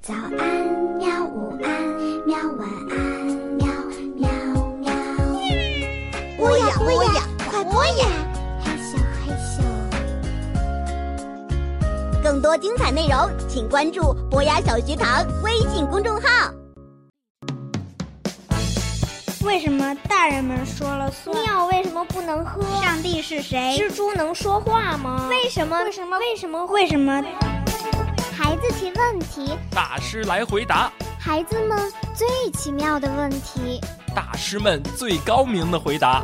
早安喵，午安喵，晚安喵喵喵。播呀播呀，快播呀！嘿咻嘿咻，更多精彩内容，请关注博雅小学堂微信公众号。为什么大人们说了算？哎尿为什么不能喝？上帝是谁？蜘蛛能说话吗？为什么？为什么？为什么？为什么孩子提问题，大师来回答，孩子们最奇妙的问题。大师们最高明的回答。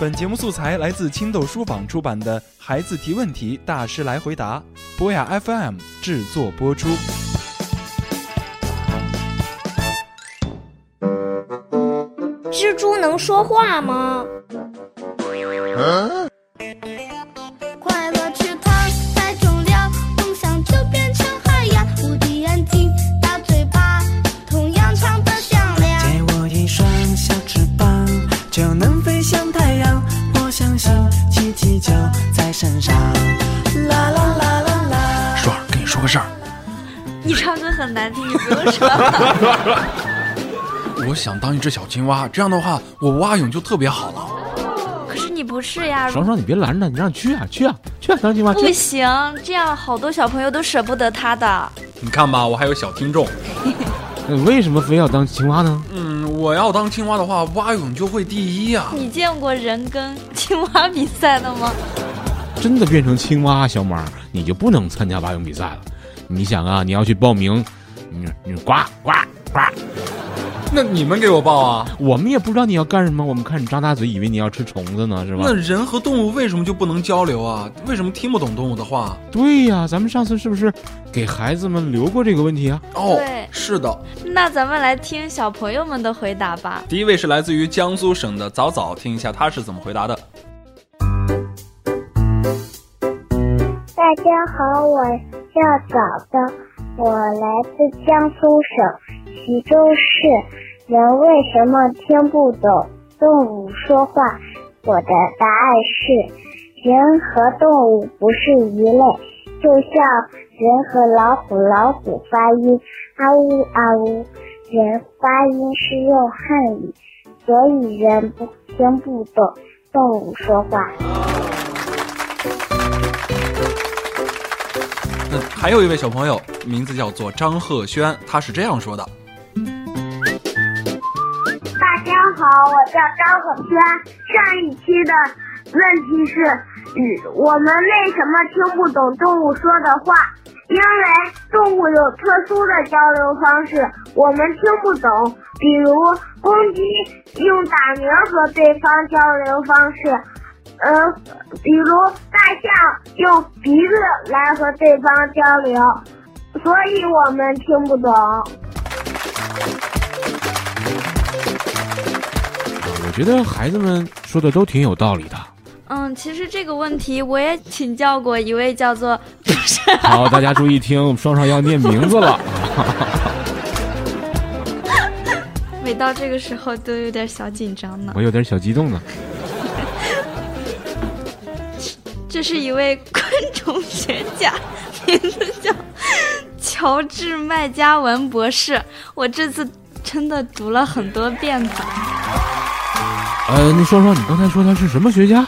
本节目素材来自青豆书坊出版的《孩子提问题，大师来回答》，博雅 FM 制作播出。蜘蛛能说话吗？快乐池塘太重要，梦想就变成海洋。无敌眼睛，大嘴巴，同样长得像梁。借我一双小翅膀，就能飞向太阳。我相信奇迹就在身上。啦啦啦啦啦。爽儿，跟你说个事儿，你唱歌很难听，你不用说。我想当一只小青蛙，这样的话我蛙泳就特别好了。可是你不是呀，爽爽，你别拦着，你让去啊，去啊，去啊，当青蛙不去。行，这样好多小朋友都舍不得他的。你看吧，我还有小听众。呃为什么非要当青蛙呢？嗯，我要当青蛙的话，蛙泳就会第一啊呀、你见过人跟青蛙比赛的吗？ 真的变成青蛙，小马儿，你就不能参加蛙泳比赛了。你想啊，你要去报名，你你呱呱呱，那你们给我报啊？我们也不知道你要干什么，我们看你张大嘴，以为你要吃虫子呢，是吧那？嗯人和动物为什么就不能交流啊？为什么听不懂动物的话？对呀、咱们上次是不是给孩子们留过这个问题啊？哦对，是的。那咱们来听小朋友们的回答吧。第一位是来自于江苏省的早早，听一下他是怎么回答的。大家好，我叫早早，我来自江苏省徐州市。人为什么听不懂动物说话？我的答案是，人和动物不是一类，就像人和老虎，老虎发音啊呜啊呜，人发音是用汉语，所以人不听不懂动物说话。那还有一位小朋友，名字叫做张鹤轩，他是这样说的：大家好，我叫张可轩。上一期的问题是，嗯，我们为什么听不懂动物说的话？因为动物有特殊的交流方式，我们听不懂。比如公鸡用打鸣和对方交流方式，呃，比如大象用鼻子来和对方交流，所以我们听不懂。我觉得孩子们说的都挺有道理的。嗯，其实这个问题我也请教过一位叫做，不是好，大家注意听，我们双双要念名字了。每到这个时候都有点小紧张呢。我有点小激动呢。这是一位昆虫学家，名字叫乔治麦加文博士。我这次真的读了很多遍的呃，那双双，你刚才说他是什么学家？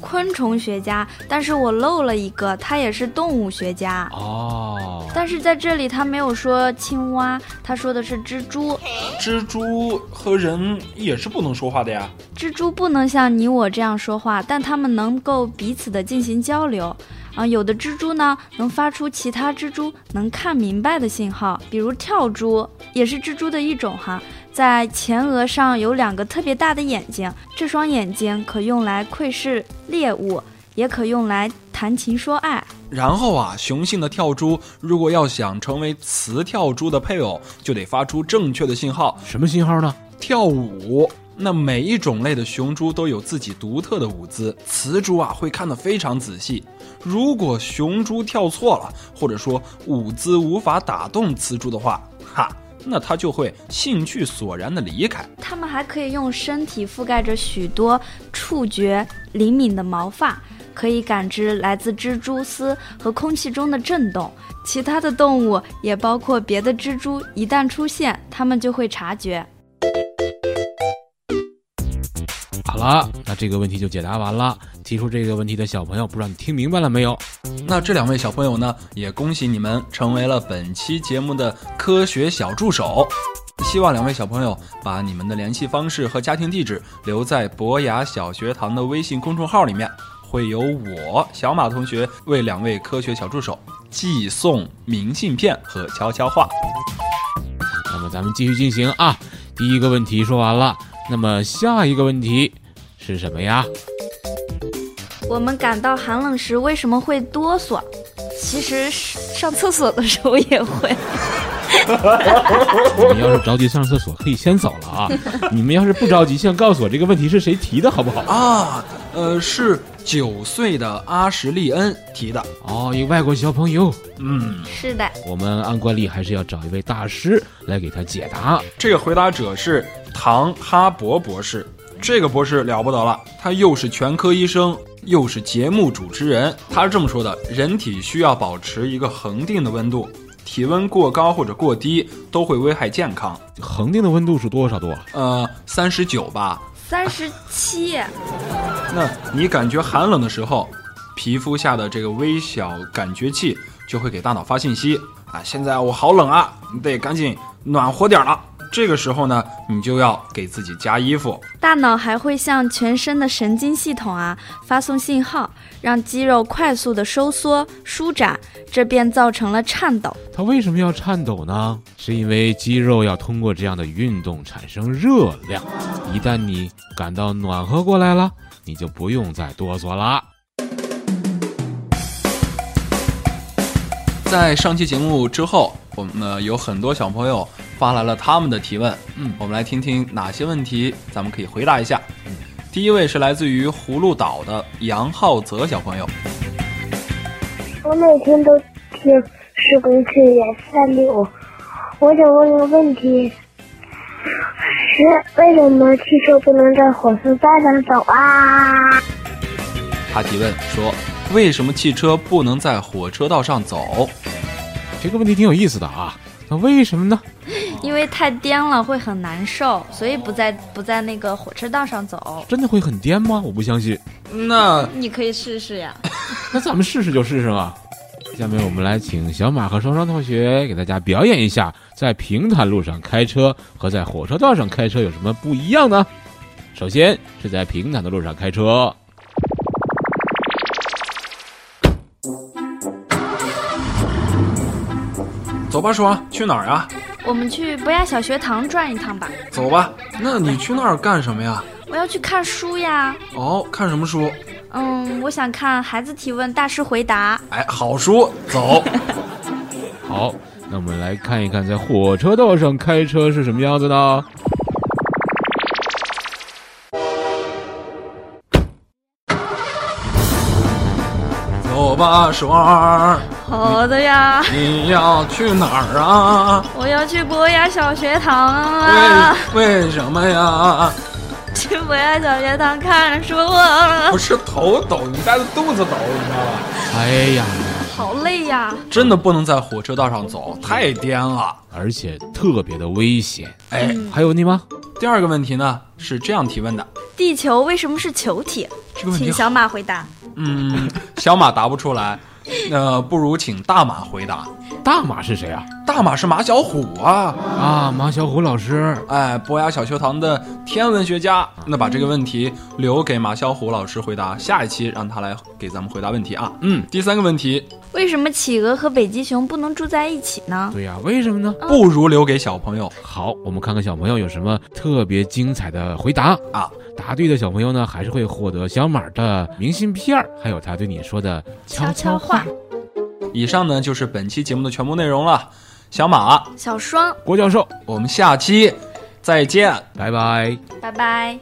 昆虫学家，但是我漏了一个，他也是动物学家。哦，但是在这里他没有说青蛙，他说的是蜘蛛。蜘蛛和人也是不能说话的呀。蜘蛛不能像你我这样说话，但它们能够彼此的进行交流。啊、有的蜘蛛呢能发出其他蜘蛛能看明白的信号，比如跳蛛也是蜘蛛的一种哈，在前额上有两个特别大的眼睛，这双眼睛可用来窥视猎物，也可用来谈情说爱。然后啊，雄性的跳蛛如果要想成为雌跳蛛的配偶，就得发出正确的信号什么信号呢？跳舞。那每一种类的雄蛛都有自己独特的舞姿，雌蛛啊会看得非常仔细。如果雄蛛跳错了，或者说舞姿无法打动雌蛛的话，哈，那它就会兴趣索然的离开。它们还可以用身体覆盖着许多触觉灵敏的毛发，可以感知来自蜘蛛丝和空气中的震动。其他的动物，也包括别的蜘蛛，一旦出现，它们就会察觉。好了，那这个问题就解答完了。提出这个问题的小朋友，不知道你听明白了没有？那这两位小朋友呢，也恭喜你们成为了本期节目的科学小助手。希望两位小朋友把你们的联系方式和家庭地址留在博雅小学堂的微信公众号里面，会有我小马同学为两位科学小助手寄送明信片和悄悄话。那么咱们继续进行啊。第一个问题说完了，那么下一个问题是什么呀？我们感到寒冷时为什么会哆嗦？其实是上厕所 的时候也会。你们要是着急上厕所，可以先走了 啊。你们要是不着急，先告诉我这个问题是谁提的，好不好？啊，呃，是九岁的阿什利恩提的。哦，一个外国小朋友，嗯，是的，我们按惯例还是要找一位大师来给他解答。这个回答者是唐哈伯博士。这个博士了不得了，他又是全科医生，又是节目主持人。他是这么说的：人体需要保持一个恒定的温度，体温过高或者过低都会危害健康。恒定的温度是多少度啊？呃，三十九吧。三十七，那你感觉寒冷的时候，皮肤下的这个微小感觉器就会给大脑发信息啊，现在我好冷啊，你得赶紧暖和点儿了。这个时候呢，你就要给自己加衣服。大脑还会向全身的神经系统啊发送信号，让肌肉快速的收缩舒展，这便造成了颤抖。它为什么要颤抖呢？是因为肌肉要通过这样的运动产生热量，一旦你感到暖和过来了，你就不用再哆嗦啦。在上期节目之后，我们呢有很多小朋友发来了他们的提问，嗯我们来听听哪些问题咱们可以回答一下。嗯，第一位是来自于葫芦岛的杨浩泽小朋友，我每天都听施工志愿三六，我想问个问题：是为什么汽车不能在火车站上走啊？他提问说：为什么汽车不能在火车道上走？这个问题挺有意思的啊，那为什么呢？因为太颠了会很难受，所以不在不在那个火车道上走。真的会很颠吗？我不相信。那你可以试试呀。那咱们试试就试试吧。下面我们来请小马和双双同学给大家表演一下，在平坦路上开车和在火车道上开车有什么不一样呢？首先是在平坦的路上开车，走吧，爽，去哪儿啊？我们去博雅小学堂转一趟吧，走吧。那你去那儿干什么呀？我要去看书呀。哦，看什么书？嗯，我想看孩子提问，大师回答。哎，好书， 走。好，那我们来看一看在火车道上开车是什么样子呢？走吧，爽，好的呀，你要去哪儿啊？我要去博雅小学堂啊， 为为什么呀？啊去博雅小学堂看书啊不，是头抖，你带着肚子抖，你知道吧？哎呀，好累呀。真的不能在火车道上走，太颠了。而且特别的危险。哎，嗯还有你吗？第二个问题呢是这样提问的，地球为什么是球体？这个问题请小马回答。嗯，小马答不出来，呃，不如请大马回答。大马是谁啊？大马是马小虎啊，啊，马小虎老师。哎，博雅小学堂的天文学家。那把这个问题留给马小虎老师回答，下一期让他来给咱们回答问题啊。嗯，第三个问题为什么企鹅和北极熊不能住在一起呢？对呀、为什么嗯呢？不如留给小朋友好，我们看看小朋友有什么特别精彩的回答。啊。答对的小朋友呢，还是会获得小马的明信片儿，还有他对你说的悄悄话。以上呢就是本期节目的全部内容了。小马，小双，郭教授，我们下期再见。拜拜。拜拜。